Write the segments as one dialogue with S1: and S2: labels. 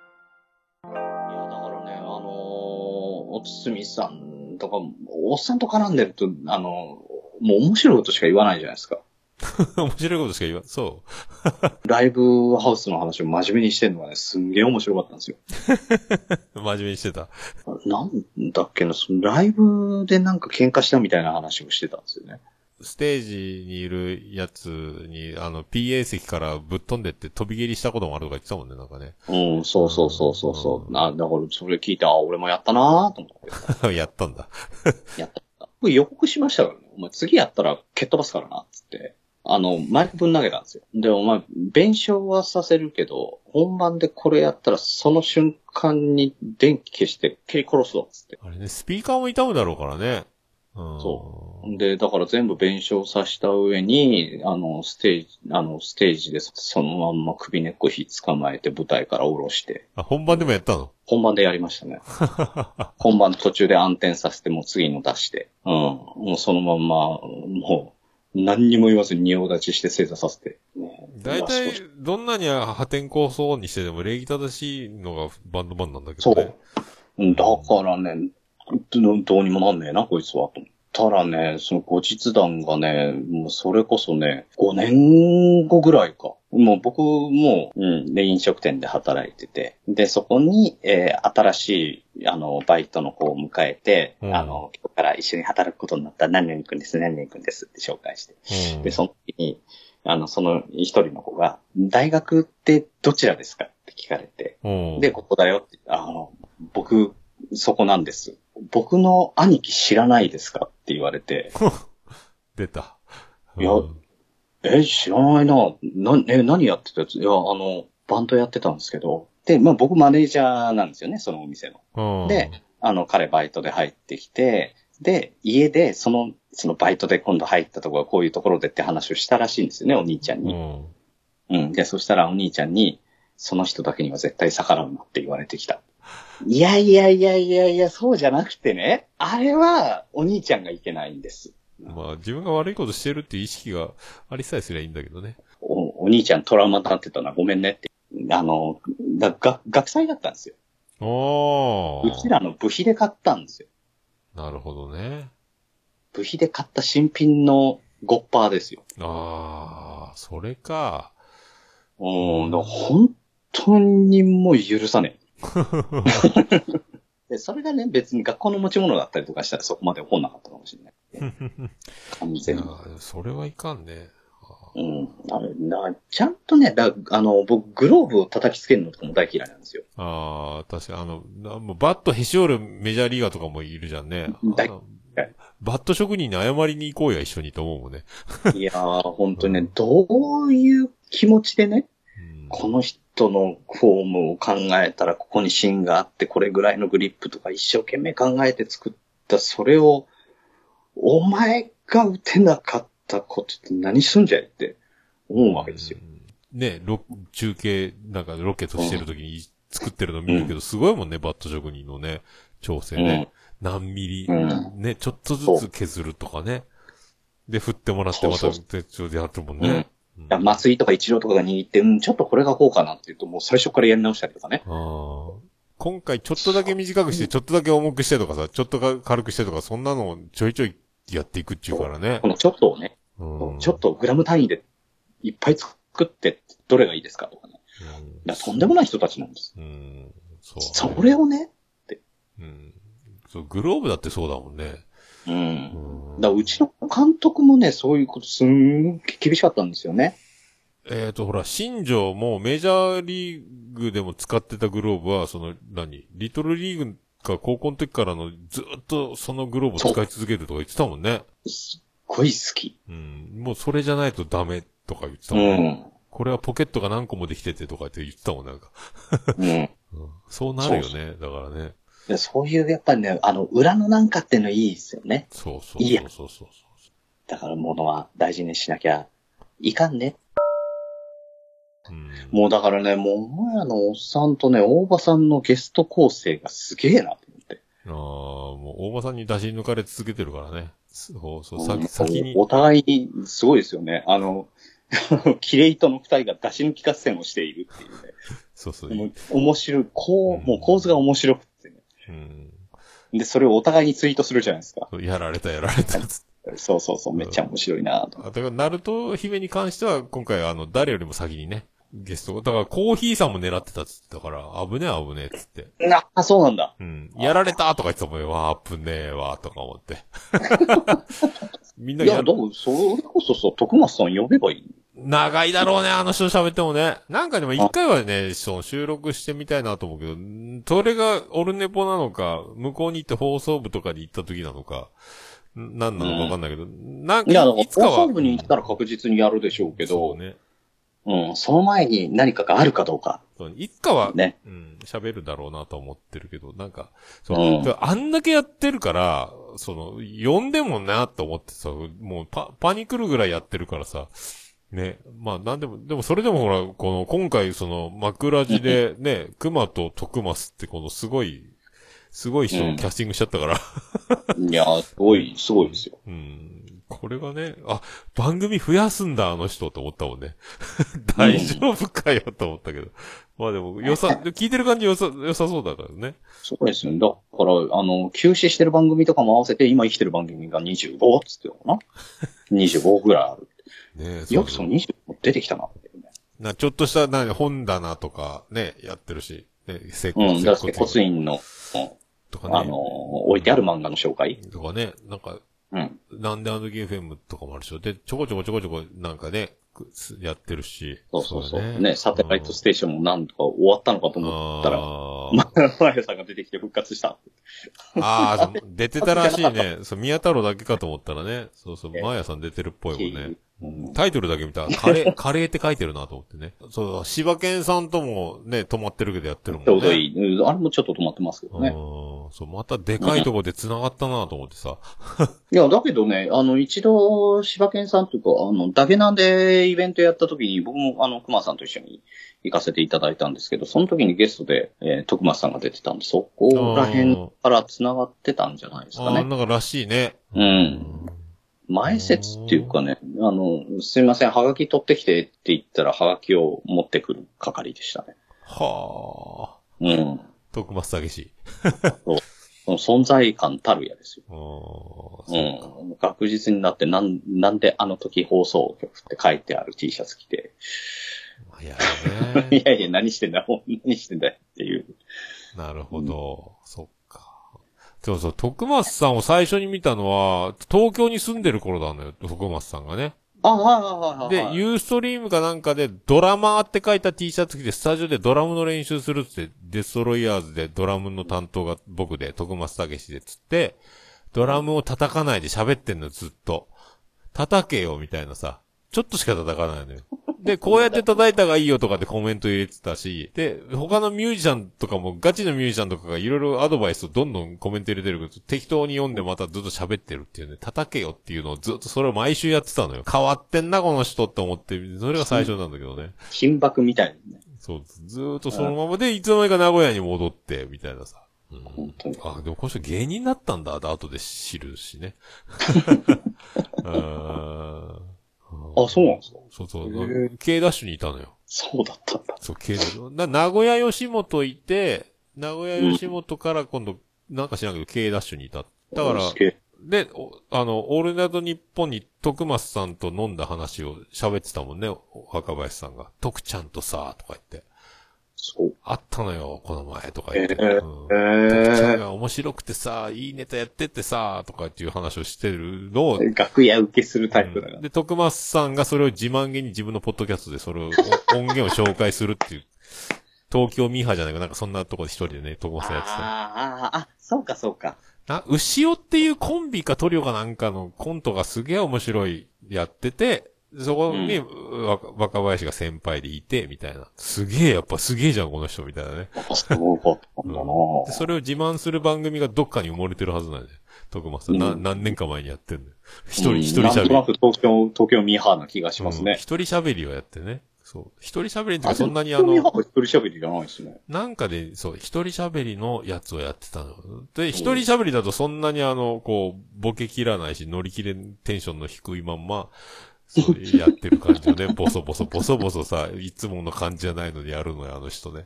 S1: いや、だからね、あのーおつみさんとか、おっさんと絡んでると、あのーもう面白いことしか言わないじゃないですか。
S2: 面白いことしか言わん。そ
S1: ライブハウスの話を真面目にしてるのがね、すんげえ面白かったんですよ。
S2: う。真面目にしてた。
S1: なんだっけな、そのライブでなんか喧嘩したみたいな話をしてたんですよね。
S2: ステージにいるやつに、あの、PA 席からぶっ飛んでって飛び蹴りしたこともあるとか言ってたもんね、なんかね。
S1: うん、そうそうそうそうそうう。
S2: ん
S1: な、だからそれ聞いて、あ、俺もやったなーと思っ
S2: やったんだ。
S1: て、やった。これ予告しましたからね。お前次やったら蹴っ飛ばすからな、つって。あの、マイク分投げたんですよ。で、お前、弁償はさせるけど、本番でこれやったらその瞬間に電気消して蹴り殺すぞ、つって。
S2: あれね、スピーカーも痛むだろうからね。うん。
S1: そで、だから全部弁償させた上に、あの、ステージ、あの、ステージでそのまんま首根っこひ捕まえて舞台から下ろして、
S2: あ、本番でもやったの
S1: 本番でやりました ね。本番途中で暗転させて、もう次の出して、うん。もうそのまんま、もう、何にも言わずに仁王立ちして正座させて。ね
S2: 大
S1: まあ
S2: 体
S1: 少し、
S2: どんなに破天荒そうにしてでも礼儀正しいのがバンドマンなんだけ
S1: そ
S2: ど
S1: う
S2: ね。。
S1: うんだからね、どどうにもなんねえな、こいつは、と思ったらね、その後日談がね、もうそれこそね、5年後ぐらいか。もう僕も、うん、で、飲食店で働いてて、で、そこに、えー新しい、あの、バイトの子を迎えて、
S2: うん
S1: あの、今日から一緒に働くことになった何々くんです、何々くんですって紹介して。
S2: うん。
S1: で、その時に、あの、その一人の子が、大学ってどちらですかって聞かれて、
S2: うん。
S1: で、ここだよって、あの、僕、そこなんです。僕の兄貴知らないですかって言われて、
S2: 出た。
S1: いや
S2: うん
S1: え、知らないな。な、え、何やってたやついや、あの、バンドやってたんですけど。で、まあ僕マネージャーなんですよね、そのお店の。
S2: うん。
S1: で、あの、彼バイトで入ってきて、で、家で、その、そのバイトで今度入ったところはこういうところでって話をしたらしいんですよね、お兄ちゃん
S2: う
S1: に。
S2: ん。
S1: うん。で、そしたらお兄ちゃんに、その人だけには絶対逆らうなって言われてきた。いやいやいやいやいや、そうじゃなくてね、あれはお兄ちゃんがいけないんです。
S2: まあ、自分が悪いことしてるっていう意識がありさえすりゃいいんだけどね。
S1: おお兄ちゃんトラウマになってたな、ごめんねって。あの、だが学祭だったんですよ。
S2: お
S1: うち
S2: ー。
S1: らの部費で買ったんですよ。
S2: なるほどね。
S1: 部費で買った新品のゴッパーですよ。
S2: ああ、それか。
S1: うん、だから本当にもう許さねえ。でそれがね、別に学校の持ち物だったりとかしたらそこまで怒んなかったかもしれない。完
S2: い
S1: 全
S2: や
S1: に。、
S2: それはいかんね。
S1: うん。あれ、な、ちゃんとね、だ、あの、僕、グローブを叩きつけるのとかも大嫌いなんですよ。
S2: ああ、確かに、あの、なもうバットへし折るメジャーリーガーとかもいるじゃんね。
S1: 大
S2: あのバット職人に謝りに行こうや、一緒にと思うもんね。
S1: いやー、本当にね、どういう気持ちでね、
S2: うん
S1: この人のフォームを考えたら、ここに芯があって、これぐらいのグリップとか一生懸命考えて作った、それを、お前が打てなかったことって何すんじゃいって思うわけですよ。
S2: うんね、ロ中継、なんかロケとしてる時に作ってるの見るけど、すごいもんね、バット職人のね、調整ね。何ミリ、
S1: う
S2: ね、ちょっとずつ削るとかね。で、振ってもらって、
S1: そう
S2: ま
S1: そ
S2: た
S1: う
S2: 手帳でやってるもん
S1: うん
S2: ね。うん
S1: だから松井とか一郎とかが握って、うん、ちょっとこれがこうかなって言うと、もう最初からやり直したりとかね。
S2: あー今回ちょっとだけ短くして、ちょっとだけ重くしてとかさ、ちょっとか軽くしてとか、そんなのをちょいちょいやっていくっちゅうからね
S1: こ。のちょっとをね、
S2: うん
S1: ちょっ。とグラム単位でいっぱい作って、どれがいいですかとかね。
S2: うん
S1: だからとんでもない人たちなんです。
S2: うん。そう。
S1: それをね、
S2: うん。そう、グローブだってそうだもんね。
S1: うん。
S2: うん
S1: だからうちの監督もね、そういうことすんげえ厳しかったんですよね。
S2: えっ、と、ほら、新庄もメジャーリーグでも使ってたグローブは、その、何リトルリーグか高校の時からのずっとそのグローブを使い続けてとか言ってたもんね。
S1: すっごい好き。
S2: うん。もうそれじゃないとダメとか言ってた
S1: う
S2: もんね。
S1: ん。
S2: これはポケットが何個もできててとかって言ってたもんねなんか。
S1: うん。
S2: うん、そうなるよね。だからね。
S1: でそういう、やっぱりね、あの、裏のなんかっていうのいいですよね。
S2: そうそう
S1: いいや
S2: そうそうそう
S1: だから物は大事にしなきゃいかんね。
S2: そう。うん。
S1: もうだからね、もう、もやのおっさんとね、大場さんのゲスト構成がすげえなと思って。
S2: ああ、もう大場さんに出し抜かれ続けてるからね。そうそう。先先に
S1: お。互いにすごいですよね。あの、 キレイとの二人が出し抜き合戦をしているっていうね。
S2: そうそう。
S1: でも面白い、こう、もう構図が面白くってね。
S2: うん。
S1: で、それをお互いにツイートするじゃないですか。
S2: やられた、やられた。
S1: そうそうそう、めっちゃ面白いなぁと。
S2: あだから、ナルト姫に関しては、今回、あの、誰よりも先にね、ゲストがだから、コーヒーさんも狙ってたっつってたから、危ねえ、危ねえ、つって。
S1: ああ、そうなんだ。
S2: うん。やられたとか言ってたもんね、わあ、危ねえわ、とか 思って。 みんない
S1: や、
S2: や、
S1: どうもそれこそさ、徳松さん呼べばいい。
S2: 長いだろうね、あの人喋ってもね。なんかでも一回はね、その収録してみたいなと思うけど、んそれがオルネポなのか、向こうに行って放送部とかに行った時なのか、ん何なのかわかんないけど、なん
S1: いや、だ
S2: か、
S1: か
S2: い
S1: ら、
S2: つか
S1: 放
S2: は。
S1: 送部に行ったら確実にやるでしょうけ
S2: そ
S1: ど、
S2: うね。
S1: うん、その前に何かがあるかどうか。
S2: そういつかは、
S1: ね
S2: うん、喋るだろうなと思ってるけど、なんか、そうう、
S1: ん
S2: だからあんだけやってるから、その、呼んでもなと思ってさ、もうパ、パニクるぐらいやってるからさ、ね、まあなんでも、でもそれでもほら、この、今回その、枕地 でね、熊と徳松ってこのすごい、すごい人をキャスティングしちゃったから、
S1: いや、すごい、すごいですよ。
S2: うん、これがね、あ、番組増やすんだ、あの人と思ったもんね。 大丈夫かよ、と思ったけど。まあでも、 良さ、聞いてる感じ良さ、良さそうだからね。
S1: すごいですよね。だから、あの、休止してる番組とかも合わせて、今生きてる番組が25っつってたのかな ?25 ぐらいある。
S2: ねえ、
S1: よ
S2: そう
S1: く
S2: そ
S1: そうの25出てきたなっていうね。
S2: な、ちょっとした、な、本棚とか、ね、やってるし、ね、接
S1: うん、だから、骨院の、
S2: とか
S1: う
S2: ね。
S1: んあの、置いてある漫画の紹介。
S2: とかね、なんか、
S1: うん。
S2: なんであの時 FM とかもあるでしょ。で、ちょこちょこちょこちょこ、なんかね、くやってるし。
S1: そうそうそう。
S2: だ
S1: ねサテライトステーションもなんとか終わったのかと思ったら、
S2: あー
S1: ま、 マヤさんが出てきて復活した。
S2: ああ、そう出てたらしいね。そう、宮太郎だけかと思ったらね。そうそう、
S1: え
S2: マーヤさん出てるっぽいもんね。
S1: うん
S2: タイトルだけ見たら、カレー、カレーって書いてるなと思ってね。そう、柴犬さんともね、泊まってるけどやってるもん
S1: ち
S2: ね。
S1: ょうどいい。うんあれもちょっと止まってますけど
S2: うん
S1: ね。
S2: そう、またでかいとこで繋がったなと思ってさ。
S1: いや、だけどね、あの、一度、柴犬さんというか、あの、ダゲナでイベントやった時に、僕も、あの、熊さんと一緒に行かせていただいたんですけど、その時にゲストで、えー、徳松さんが出てたんで、そこら辺から繋がってたんじゃないです
S2: あ
S1: か
S2: あー、
S1: ね。
S2: なんからしいね。
S1: うん。前説っていうかね、あの、すいません、ハガキ取ってきてって言ったら、ハガキを持ってくる係でしたね。
S2: はあ。
S1: うん。
S2: 徳松武し。
S1: その存在感たるやですよ。
S2: うん。そう
S1: うん。確実になって、なん、なんであの時放送局って書いてある T シャツ着て、
S2: かいや
S1: い
S2: ね。
S1: やいや、何してんだ、もう何してんだよっていう。
S2: なるほど。そっか。そうそう、徳松さんを最初に見たのは、東京に住んでる頃なのよ、徳松さんがね。
S1: あ、はいはいはい
S2: で
S1: は、い。
S2: ユーストリームかなんかで、ドラマーって書いた T シャツ着て、スタジオでドラムの練習するっつって、デストロイヤーズでドラムの担当が僕で、徳松武史でっつって、ドラムを叩かないで喋ってんのよ、ずっと。叩けよ、みたいなさ。ちょっとしか叩かないのよ。で、こうやって叩いたがいいよとかでコメント入れてたし、で、他のミュージシャンとかも、ガチのミュージシャンとかがいろいろアドバイスをどんどんコメント入れてるけど、適当に読んでまたずっと喋ってるっていうね、叩けよっていうのをずっとそれを毎週やってたのよ。変わってんな、この人って思って、それが最初なんだけどね。
S1: 金箔みたいなね。
S2: そう、ずーっとそのままで、いつの間にか名古屋に戻って、みたいなさ。うん
S1: 本当に。
S2: あ、でもこの人芸人だったんだ、後で知る しね。あ
S1: あ、そうなんですか
S2: そう
S1: へ
S2: そう。K ダッシュにいたのよ。
S1: そうだったんだ。
S2: そう、K ダッシュ。な、名古屋吉本いて、名古屋吉本から今度、なんか知らんけど、K ダッシュにいた。だから、
S1: すげえ
S2: で、おあの、オールナイト日本に徳松さんと飲んだ話を喋ってたもんね、お若林さんが。徳ちゃんとさ、とか言って。
S1: そう。
S2: あったのよ、この前、とか言って。
S1: えー
S2: うん
S1: え
S2: 徳ちゃん
S1: ー、
S2: が面白くてさ、いいネタやってってさ、とかっていう話をしてるのを、
S1: 楽屋受けするタイプだから。
S2: で、徳松さんがそれを自慢げに自分のポッドキャストでそれを、お 音源を紹介するっていう、東京ミーハーじゃないか、なんかそんなとこで一人でね、徳松さんやってた。
S1: あーあー、あ、そうかそうか。
S2: な、牛尾っていうコンビかトリオかなんかのコントがすげえ面白い、やってて、そこに、わ若林が先輩でいて、みたいな。すげえ、やっぱすげえじゃん、この人、みたいなね。
S1: あすごかったんだなぁ
S2: で、それを自慢する番組がどっかに埋もれてるはずなんで、徳松さん。な
S1: うん
S2: 何年か前にやってんのよ。一
S1: う
S2: 人、
S1: ん
S2: 一人
S1: なん
S2: 喋
S1: と
S2: り
S1: な。く東京、東京ミーハーな気がします
S2: うん
S1: ね。
S2: 一人喋りをやってね。そう。一人喋りってい
S1: あ
S2: うかそんなにあ
S1: でも東京ミーハ
S2: の、
S1: ーは一人喋りじゃないですね。
S2: なんかで、そう、一人喋りのやつをやってたの。で、一人喋りだとそんなにあの、こう、ボケ切らないし、乗り切れんテンションの低いまんま、そうやってる感じ をね、ボソボソ、ボソボソさ、いつもの感じじゃないのにやるのよ、あの人 ね。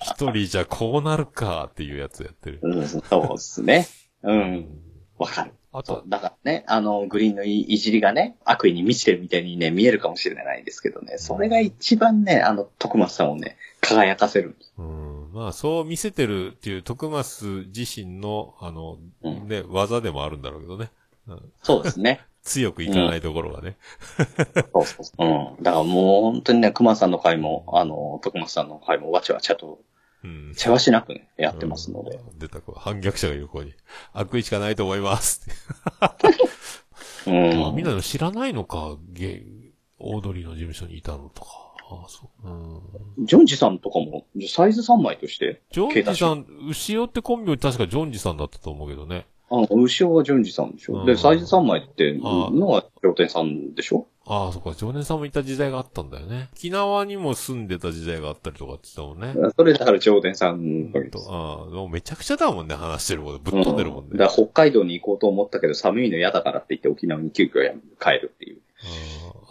S2: 一人じゃこうなるかっていうやつやってる。
S1: うん、そうですね。うん。わかる。
S2: あ
S1: そう
S2: と、、
S1: だからね、あの、グリーンのいいじりがね、悪意に満ちてるみたいにね、見えるかもしれないですけどね、それが一番ね、あの、徳松さんをね、輝かせる。
S2: うん、まあそう見せてるっていう徳松自身の、あの、
S1: うん
S2: ね、技でもあるんだろうけどね。
S1: そうですね。
S2: 強くいかないところがね。
S1: そうそうそう。うん。だからもう本当にね、熊さんの回も、あの、徳松さんの回もわちゃわちゃと、
S2: うん。
S1: ちゃわしなくね、やってますので。
S2: うん。出た、反逆者が横に。悪意しかないと思います。
S1: うん。
S2: あみんなの知らないのか、ゲオードリーの事務所にいたのとか。あそう。うん。
S1: ジョンジさんとかも、サイズ3枚として、
S2: ジョンジさん、後ろってコンビも確かジョンジさんだったと思うけどね。
S1: あの、後ろはジョンジさんでしょ。
S2: う
S1: で、
S2: ん
S1: サイズ3枚って、
S2: あ
S1: のは、ジョテンさんでしょ。
S2: ああ、そっか、常年さんもいた時代があったんだよね。沖縄にも住んでた時代があったりとかって言ってたもんね。
S1: それだからジョテンさんのおか
S2: う
S1: げ
S2: ん
S1: です
S2: とああ、もうめちゃくちゃだもんね、話してること。ぶっ飛んでるもんね。
S1: うだから北海道に行こうと思ったけど、寒いの嫌だからって言って沖縄に急遽や帰るっていう。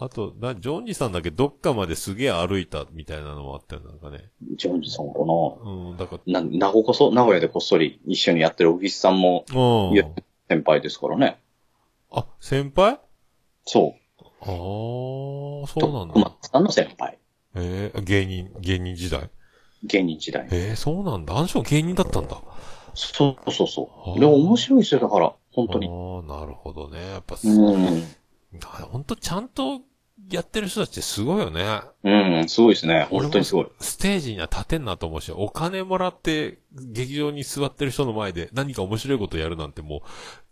S2: ああと、な、ジョンジさんだけどっかまですげえ歩いたみたいなのもあったよ、なんかね。
S1: ジョンジさんか
S2: うん、だか
S1: な
S2: ら、
S1: な、名古こそ、名古屋でこっそり一緒にやってる小木さんも
S2: う
S1: いや
S2: ん。
S1: 先輩ですからね。
S2: あ、先輩
S1: そ
S2: ああ、そう
S1: う。
S2: なん
S1: 徳
S2: だ。
S1: 松さんの先輩。
S2: ええ芸人、芸人時代。
S1: 芸人時代。
S2: ええそうなんだ。あの人も芸人だったんだ。
S1: そうそうそ
S2: あ
S1: う。
S2: ー
S1: でも面白いですよ、だから、本当
S2: あ
S1: に。
S2: あ、なるほどね。やっぱ、
S1: うん。
S2: あ本当ちゃんとやってる人たちってすごいよね。
S1: うん、すごいですね。本当にすごい
S2: 俺。もステージには立てんなと思うし、お金もらって、劇場に座ってる人の前で何か面白いことやるなんてもう、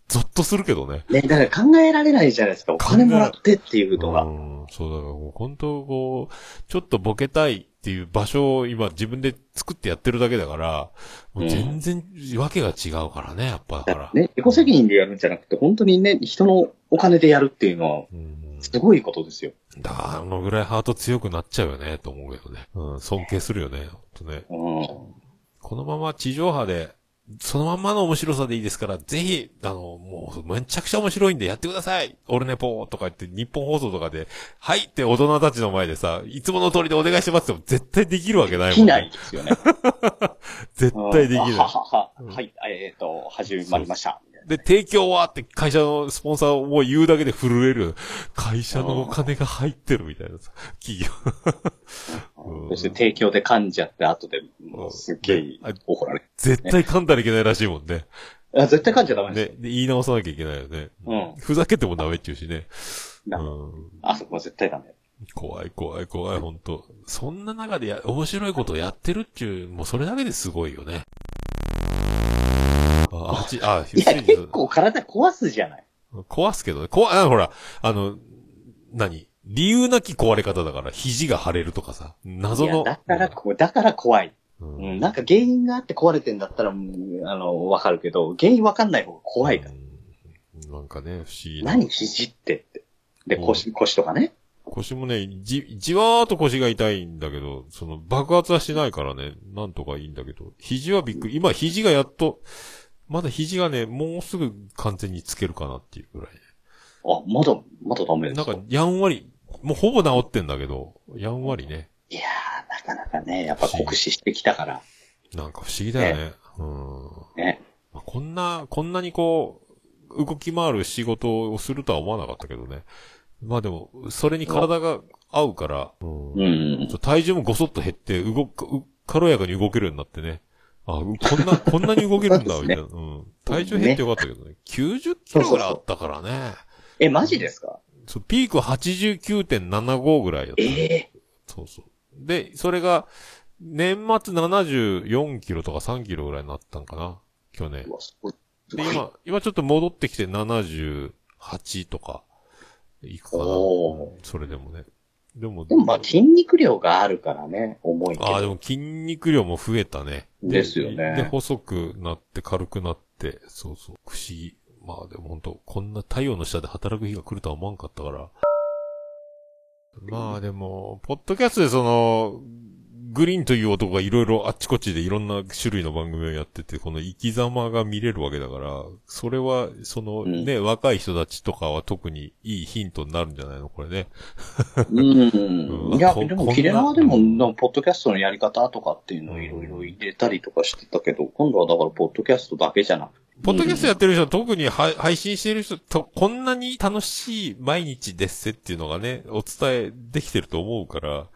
S2: ゾッとするけどね。
S1: ね、だから考えられないじゃないですか。お金もらってっていうの
S2: う
S1: が。
S2: ん、そうだからもう本当こう、ちょっとボケたいっていう場所を今自分で作ってやってるだけだから、もう全然わけが違うからね、やっぱだ
S1: だ
S2: か
S1: から
S2: ら。
S1: ね、自己責任でやるんじゃなくて、本当にね、人のお金でやるっていうのは、
S2: うん。
S1: すごいことですよ。
S2: だから、あのぐらいハート強くなっちゃうよね、と思うけどね。うん、尊敬するよね、ほんとね。
S1: うん。
S2: このまま地上波で、そのまんまの面白さでいいですから、ぜひ、あの、もう、めちゃくちゃ面白いんでやってくださいオルネポーとか言って、日本放送とかで、はいって大人たちの前でさ、いつもの通りでお願いしますっても絶対できるわけない
S1: で
S2: も
S1: き
S2: ん
S1: ない
S2: ね。
S1: ですよね。
S2: 絶対で
S1: う
S2: き
S1: んあは
S2: な
S1: はは
S2: うん
S1: はい、えっと、始まりました。みたい
S2: い。 で、提供はって会社のスポンサーをもう言うだけで震える。会社のお金が入ってるみたいなさ、企業。
S1: な
S2: うん
S1: そして提供で噛んじゃって、後で、もうすっげえ
S2: うん
S1: 怒られる。
S2: 絶対噛んだらいけないらしいもんね。
S1: あ絶対噛んじゃダメ
S2: ね
S1: です。
S2: で言い直さなきゃいけないよね。
S1: うん
S2: ふざけてもダメっちゅうしね。う
S1: ダメ
S2: ん。
S1: あそこは絶対ダメ。
S2: 怖い怖い怖い、ほんと。そんな中でや、面白いことをやってるっていう、もうそれだけですごいよね。あ、あち、あ、
S1: いや、結構体壊すじゃない。
S2: 壊すけどね。壊、あ、ほら、あの、何理由なき壊れ方だから、肘が腫れるとかさ、
S1: い
S2: 謎
S1: や、
S2: の。
S1: だからこう、だから怖い。
S2: う
S1: うんん、なんか原因があって壊れてんだったら、うんあの、わかるけど、原因わかんない方が怖いから。
S2: うんなんかね、不思議な。
S1: 何肘ってって。で、腰、腰とかね。
S2: 腰もね、じ、じわーっと腰が痛いんだけど、その爆発はしないからね、なんとかいいんだけど、肘はびっくり、今肘がやっと、まだ肘がね、もうすぐ完全につけるかなっていうぐらい。
S1: あ、まだ、まだダメです
S2: なん
S1: か
S2: か、やんわり、もうほぼ治ってんだけど、やんわりね、
S1: いやー、なかなかね、やっぱ酷使してきたから、
S2: なんか不思議だよね。うん。
S1: ね。
S2: まあこんな、こんなにこう、動き回る仕事をするとは思わなかったけどね。まあでも、それに体が合うから、うん
S1: うん。
S2: そう体重もごそっと減って、動く、う軽やかに動けるようになってね。あ、うこんな、こんなに動けるんだ、
S1: そう
S2: み
S1: で
S2: た
S1: すね
S2: いな。うん。体重減ってよかったけどね。90キロぐらいあったからね。
S1: え、マジですか
S2: そう、ピーク89.75ぐらいだった。
S1: ええ
S2: そうそう。で、それが、年末74キロとか3キロぐらいになったんかな。去年
S1: う。わ、すごい。すご
S2: で、
S1: い
S2: 今、今ちょっと戻ってきて78とか、いくかな。
S1: おー
S2: うんそれでもね。でも、
S1: でもまあ筋肉量があるからね、重いけ
S2: ああ、で
S1: ど。
S2: も筋肉量も増えたね。
S1: ですよね
S2: で、細くなって軽くなって、そうそう、不思議。まあでも本当こんな太陽の下で働く日が来るとは思わんかったから。まあでも、ポッドキャストでその、グリーンという男がいろいろあっちこっちでいろんな種類の番組をやってて、この生き様が見れるわけだから、それは、その
S1: うん
S2: ね、若い人たちとかは特にいいヒントになるんじゃないのこれね。
S1: うん。いや、
S2: こ
S1: で
S2: こんな
S1: も、キレナーでも、なんかポッドキャストのやり方とかっていうのをいろいろ入れたりとかしてたけど、今度はだから、ポッドキャストだけじゃなくて。
S2: ポッドキャストやってる人は特には配信してる人と、こんなに楽しい毎日ですっていうのがね、お伝えできてると思うから、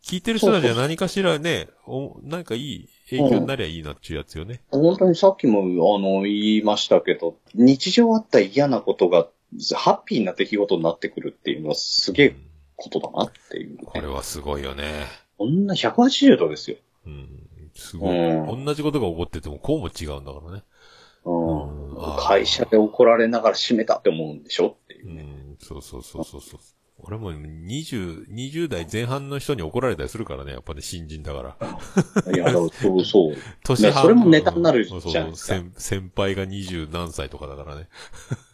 S2: 聞いてる人たちは何かしらね、おなんかいい影響になりゃいいなっていうやつよね。
S1: 本当にさっきも、あの、言いましたけど、日常あった嫌なことが、ハッピーな出来事になってくるっていうのは、すげ
S2: う
S1: え
S2: ん
S1: ことだなっていう、ね。
S2: これはすごいよね。
S1: こんな180度ですよ。
S2: うん。すごい。
S1: う
S2: 同じことが起こっててもこうも違うんだからね。
S1: うん
S2: うん
S1: 会社で怒られながら閉めたって思うんでしょっていううね。
S2: ん。そうそうそうそうそう。俺も20、20代前半の人に怒られたりするからね、やっぱね、新人だから。
S1: いや、だからそう そう。
S2: 年半。
S1: それもネタになるじゃ
S2: うん
S1: ん
S2: そうそう先先輩が20何歳とかだからね。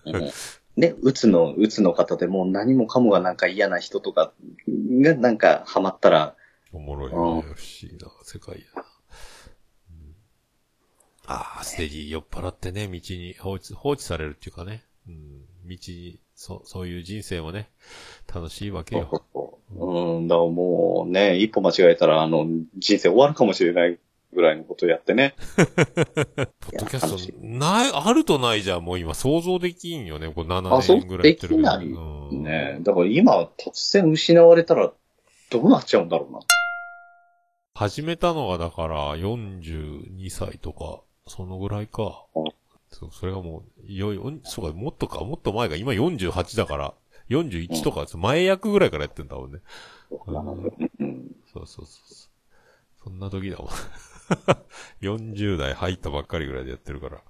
S1: うんね、うつの、うつの方でもう何もかもがなんか嫌な人とかがなんかハマったら、
S2: おもろいよね。不
S1: う
S2: 思議な世界やな。うんああ、ステディ酔っ払ってね、道に放置、放置されるっていうかね。うん。道に、そ、そういう人生もね、楽しいわけよ。
S1: そうそう そううん、だからもうね、一歩間違えたらあの人生終わるかもしれないぐらいのことやって ね。
S2: ポッドキャスト、ない、あるとないじゃん、もう今、想像できんよね、こう7
S1: あそう
S2: 年ぐらいやってる
S1: で
S2: けど
S1: きない
S2: うん
S1: ね、だから今突然失われたらどうなっちゃうんだろうな。
S2: 始めたのが、だから、42歳とか、そのぐらいか
S1: うん。
S2: そう、それがもう、いよいよ、んそうか、もっとか、もっと前が、今48だから、41とか、前役ぐらいからやってんだもんね。
S1: うんうん
S2: そうそうそうそう。そんな時だもん。40代入ったばっかりぐらいでやってるから。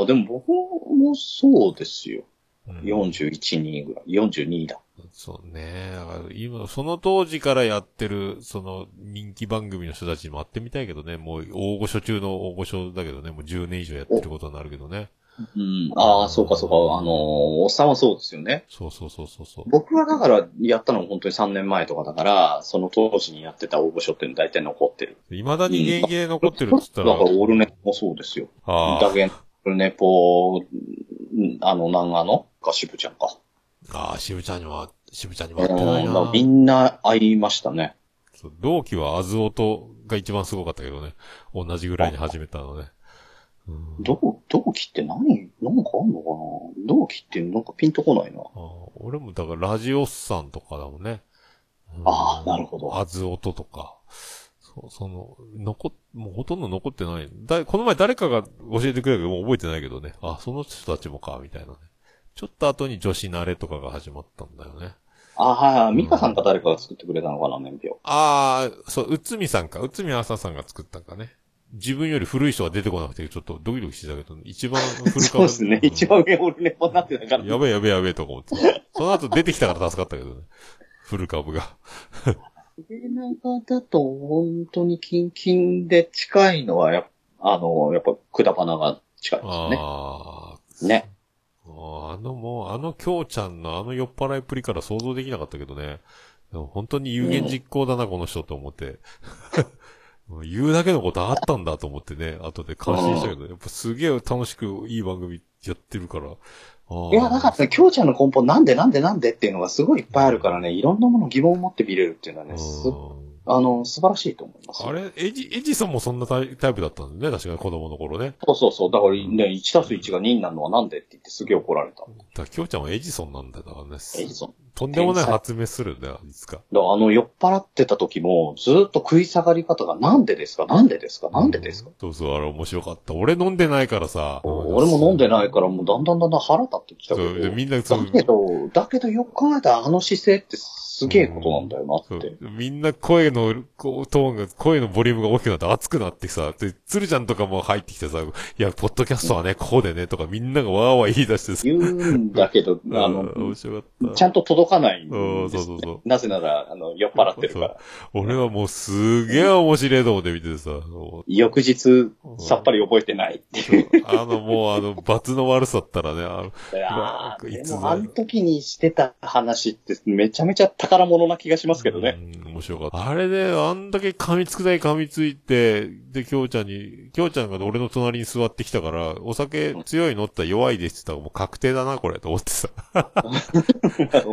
S1: あでも僕もそうですよ。
S2: うん
S1: 41、人ぐらい。42だ。
S2: そうね。だから今、その当時からやってる、その人気番組の人たちにも会ってみたいけどね。もう大御所中の大御所だけどね。もう10年以上やってることになるけどね。
S1: うん。ああ、そうかそうか。あのーおっさんはそうですよね。
S2: そうそうそうそうそう。
S1: 僕はだから、やったのも本当に3年前とかだから、その当時にやってた大御所っていうの大体残ってる。
S2: 未だに現役で残ってるっつったら。
S1: だから、オールネもそうですよ。
S2: あ
S1: だけ、オールネポうんあの、南アのか、渋ちゃんか。
S2: あ、ああ、渋ちゃんには、渋ちゃんに
S1: う
S2: は
S1: ん
S2: 会ってない
S1: だから
S2: な
S1: み。んな会いましたね。
S2: そう同期はアズオとが一番すごかったけどね。同じぐらいに始めたのね。うん
S1: 同同期って何なんかあんのかな同期ってなんかピンとこないな。
S2: ああ俺もだからラジオスさんとかだもんね。うん
S1: ああなるほど
S2: アズオトとか。そその、残っ、もうほとんど残ってない。だこの前誰かが教えてくれたけど、もう覚えてないけどね。あ、その人たちもか、みたいなね。ちょっと後に女子慣れとかが始まったんだよね。
S1: ああ、はいはい。ミカさんか誰かが作ってくれたのかな、年表。
S2: ああ、そう、うつみさんか。うつみあささんが作ったんかね。自分より古い人が出てこなくて、ちょっとドキドキしてたけど、一番古か
S1: そうですね。一番上俺レポになってたから。
S2: やべえやべえやべえとか思って。その後出てきたから助かったけどね。古株が。
S1: 縦長だと本当にキンキンで近いのはやっぱ、あの、やっぱ、くだばなが近いですよね。
S2: あ
S1: ね。
S2: あ、あのもう、あのきょうちゃんのあの酔っ払いっぷりから想像できなかったけどね。でも本当に有言実行だな、この人と思って。もう言うだけのことあったんだと思ってね、後で感心したけど、やっぱすげえ楽しくいい番組やってるから。ああ
S1: いや、だからね、京ちゃんの根本なんでなんでなんでっていうのがすごいいっぱいあるからね、いろんなもの疑問を持って見れるっていうのは
S2: う
S1: ね、す、
S2: ん
S1: あの、素晴らしいと思います。
S2: あれエジ、エジソンもそんなタイタイプだったんだよね、確かに子供の頃ね。
S1: そうそうそう。だからね、1たす1が2になるのはなんでって言ってすげえ怒られた。
S2: だからきょうちゃんはエジソンなんだよ、だからね。
S1: エイソン。
S2: とんでもない発明するんだよ、いつか。
S1: だからあの、酔っ払ってた時も、ずーっと食い下がり方がなんでですかなんでですかなんでですか
S2: そうそう、あれ面白かった。俺飲んでないからさ。。
S1: 俺も飲んでないいから、もうだんだんだんだん腹立ってきた
S2: そ
S1: け
S2: う、
S1: ど
S2: で。みんなそ
S1: だ
S2: う、
S1: けど、だけどよく考えたらあの姿勢ってすげえことなんだよ
S2: そ
S1: なって
S2: う。みんな声の、こう、トーンが、声のボリュームが大きくなって熱くなってさ、で、鶴ちゃんとかも入ってきてさ、いや、ポッドキャストはね、こうでね、とかみんながわーわー言い出してさ、
S1: 言うんだけど、あ
S2: うん面
S1: の、
S2: 白かった。
S1: ちゃんと届かないんです、
S2: う
S1: ね
S2: んそうそうそう
S1: なぜなら、あの、酔っ払ってるから。
S2: 俺はもうすげえ面白いと思って見ててさ、も
S1: 翌日、
S2: う
S1: さっぱり覚えてないっていう。
S2: あの、もうあの、罰の悪さったらね、あの
S1: あー
S2: い
S1: で
S2: つだよ
S1: も、あの時にしてた話って、めちゃめちゃ宝物な気がしますけどね。
S2: うん。面白かった。あれで、あんだけ噛みつくだけ噛みついて、で、きょうちゃんに、きょうちゃんが俺の隣に座ってきたから、お酒強いのって言ったら弱いですって言ったらもう確定だな、これ、と思って さ。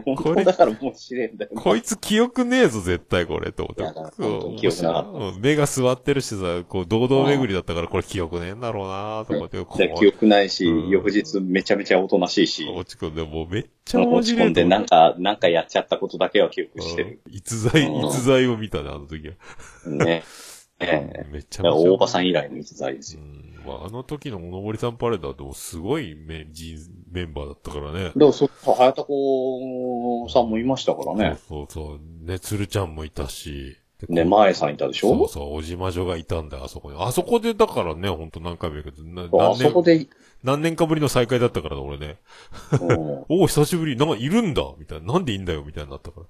S1: 本 当だから面白いんだよね。
S2: こいつ記憶ねえぞ、絶対これ、と思って。
S1: いやだから
S2: そう
S1: 本当に記憶なかった
S2: うん目が座ってるしさ、こう、堂々巡りだったから、これ記憶ねえんだろうな、とかって。こう
S1: で記憶ないし、
S2: うん
S1: 翌日めちゃめちゃおとなしいし、
S2: 落ち込んで、もうめっちゃ面
S1: 落ち
S2: 白いと思って。
S1: 込んでなんか、なんかやっちゃったことだけは記憶してる。
S2: うん逸材、
S1: うん
S2: 逸材を見たね、あの時は。
S1: ね。ええ
S2: めっちゃ
S1: だから大場さ
S2: ん。
S1: ん以来の逸材です
S2: う
S1: よ。
S2: んまあ、あの時のおのぼりさんパレードはでもすごいメン人メンバーだったからね。
S1: でも、そっか、早田子さんもいましたからね。
S2: そうそうそう。ね、つるちゃんもいたし。
S1: ね、
S2: ま
S1: 前さんいたでし
S2: そう
S1: ょ
S2: そう、おじまじょがいたんだよ、あそこに。あそこで、だからね、ほんと何回も言うけど、な
S1: あ
S2: 何
S1: そこ
S2: 年、
S1: で、
S2: 何年かぶりの再会だったからだ、俺ね。
S1: うん
S2: おお、久しぶり、なんかいるんだみたいな。なんでいいんだよみたいになったか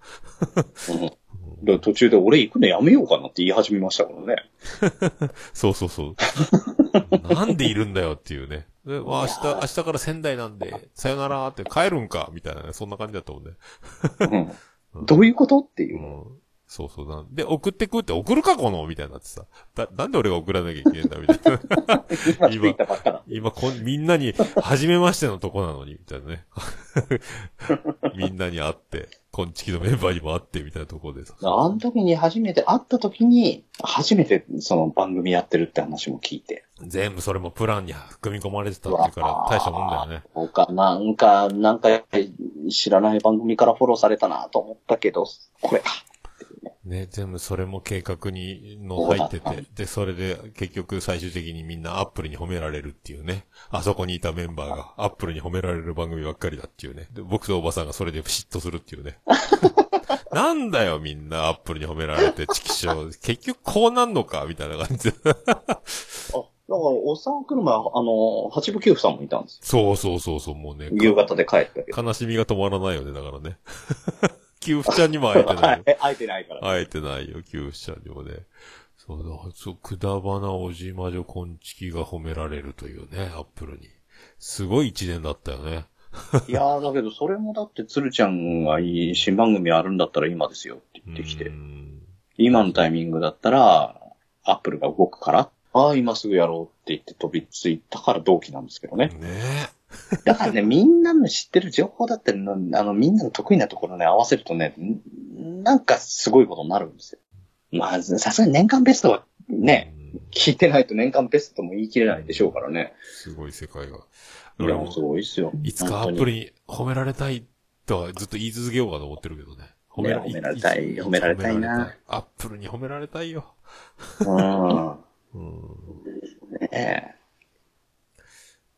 S2: ら。
S1: うんで途中で俺行くのやめようかなって言い始めましたからね。
S2: そうそう そう。なんでいるんだよっていうね。で、まあ、明日、明日から仙台なんで、さよならって帰るんかみたいなね、そんな感じだったもんね。
S1: うんどういうことっていうう。
S2: ん。そうそうなん。で、送ってくって送るかこのみたいになってさ。だ、なんで俺が送らなきゃいけないんだみたい
S1: 今
S2: な。
S1: 着いたばっかだ。
S2: 今こん、みんなに、初めましてのとこなのに、みたいなね。 みんなに会って、こんちきのメンバーにも会って、みたいなところでさ。
S1: あの時に初めて会った時に、初めてその番組やってるって話も聞いて。
S2: 全部それもプランに組み込まれてたっていうから、大したもんだよね。
S1: そうか、なんか、なんか知らない番組からフォローされたなと思ったけど、これか。
S2: ね、全部それも計画にの入ってて、で、それで結局最終的にみんなアップルに褒められるっていうね。あそこにいたメンバーがアップルに褒められる番組ばっかりだっていうね。で、僕とおばさんがそれで嫉妬するって いうね。なんだよみんなアップルに褒められて、チキショー。結局こうなんのかみたいな感じで。
S1: あ、だから、おっさん来る前、あの、八部九夫さんもいたんですよ。
S2: そうそうそうそう、もうね。
S1: 夕方で帰ったけど。
S2: 悲しみが止まらないよね、だからね。 キューフちゃんにも会えてないよ。
S1: え、会えてないから。
S2: 会えてないよ、給付者にもね。そうだ、そう、くだばなおじまじょこんちきが褒められるというね、アップルに。すごい一年だったよね。
S1: いやー、だけど、それもだって、鶴ちゃんがいい新番組あるんだったら今ですよって言ってきて。
S2: うん
S1: 今のタイミングだったら、アップルが動くから、ああ、今すぐやろうって言って飛びついたから同期なんですけど ね。
S2: ねえ。
S1: だからね、みんなの知ってる情報だったりの、あの、みんなの得意なところね、合わせるとね、んなんかすごいことになるんですよ。まあ、さすがに年間ベストはね、
S2: うん
S1: 聞いてないと年間ベストとも言い切れないでしょうからね。
S2: すごい世界が。
S1: い
S2: 俺
S1: や、
S2: も
S1: す、ごいですよ。
S2: いつかア
S1: 本
S2: ッ
S1: 当
S2: プ
S1: に
S2: ルに褒められたいとはずっと言い続けようかと思ってるけどね。褒
S1: いや褒められたい
S2: つ
S1: 褒められたいな
S2: 褒められたいアップルに褒められたいよ。
S1: うん。
S2: うん。
S1: ね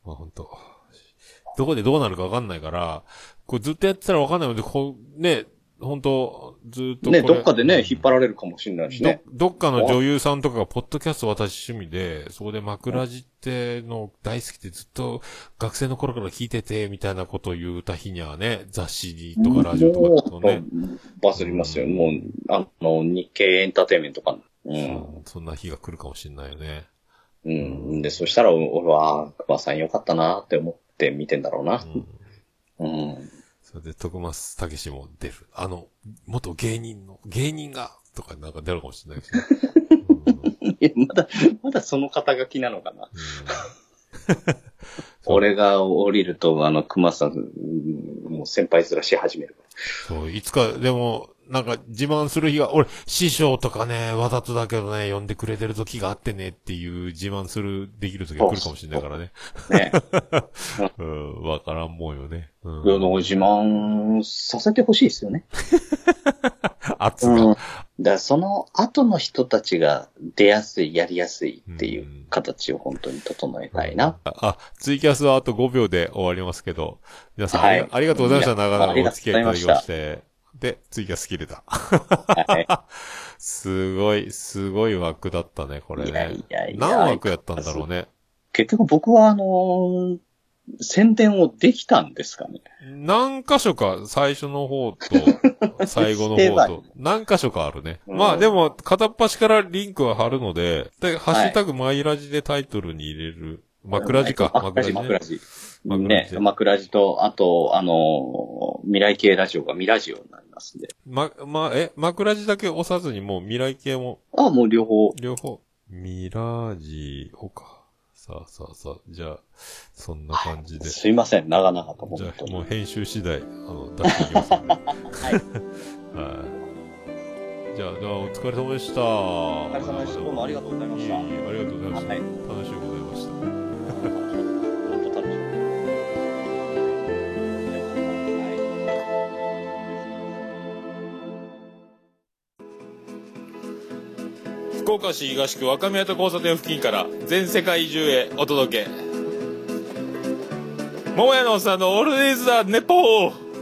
S2: まあ本当どこでどうなるかわかんないから、これずっとやってたらわかんないので、こう、ね、本当ずっ
S1: え
S2: とこれ。
S1: ねどっかでね、引っ張られるかもしれないしね。
S2: ど、どっかの女優さんとかが、ポッドキャスト私趣味で、そこで枕地っての大好きでずっと学生の頃から聞いてて、みたいなことを言うた日にはね、雑誌とかラジオとかとね、
S1: もうバズりますよ。もう、あの、日経エンターテインメントかな。うん。
S2: そんな日が来るかもしれないよね。
S1: うん。で、そしたら、俺は、あー熊さんよかったなって思って見てんだろうな
S2: う。ん。
S1: うん。
S2: それで、徳松武史も出る。あの、元芸人の、芸人が、とかなんか出るかもしれないけどね。うん
S1: いやまだ、まだその肩書きなのかな。
S2: そう
S1: 俺が降りると、あの、熊さん、うんもう先輩ずらし始める。
S2: そう、いつか、でも、なんか自慢する日が、俺、師匠とかね、わざとだけどね、呼んでくれてる時があってねっていう自慢する、できる時が来るかもしれないからね。
S1: ね。
S2: うん、わからんもんよね。うん。
S1: 世の自慢させてほしいですよね。
S2: 圧
S1: うん。
S2: が
S1: だ。からその後の人たちが出やすい、やりやすいっていう形を本当に整えたいな。
S2: あ。あ、ツイキャスはあと5秒で終わりますけど、皆さん、
S1: はい
S2: ありがとうございました。
S1: いや
S2: 長々
S1: あり
S2: お
S1: がと
S2: 付
S1: うござ
S2: き合いい
S1: い
S2: た
S1: ました
S2: だきまして。で、ツイキャス切れた。
S1: はい
S2: すごい、すごい枠だったね、これね。
S1: いやいやいや
S2: 何枠やったんだろうね。
S1: 結局僕はあのー宣伝をできたんですかね。
S2: 何箇所か、最初の方 と、最後の方と、何箇所かあるね。
S1: うん
S2: まあでも、片っ端からリンクは貼るので、で、ハッシ
S1: は
S2: ュ
S1: い
S2: タグマイラジでタイトルに入れる。枕字か。
S1: 枕字、
S2: ね
S1: 枕字。
S2: 枕
S1: ね
S2: 字、
S1: 枕字と、あと、あのー未来系ラジオが未ラジオになりますんで。
S2: ま、ま、え、枕字だけ押さずにもう未来系も
S1: あ、もう両方。
S2: 両方。ミラージをか。さあさあさあ。じゃあ、そんな感じで。
S1: すいません、長々と
S2: じ
S1: 本
S2: ゃ
S1: 当
S2: あ、もう
S1: に。
S2: 編集次第、あの、出してい きます んで。はい。じゃあ、じゃあお疲れ様でした。お
S1: 疲れ様でしたどうもありがとうございました
S2: いえいえありがとうございました。
S1: はい
S2: 楽しゅうございました。
S1: 本当楽しみはい
S2: 福岡市東区若宮と交差点付近から全世界中へお届け桃屋のおっさんのオールディーズ・ザ・ネポー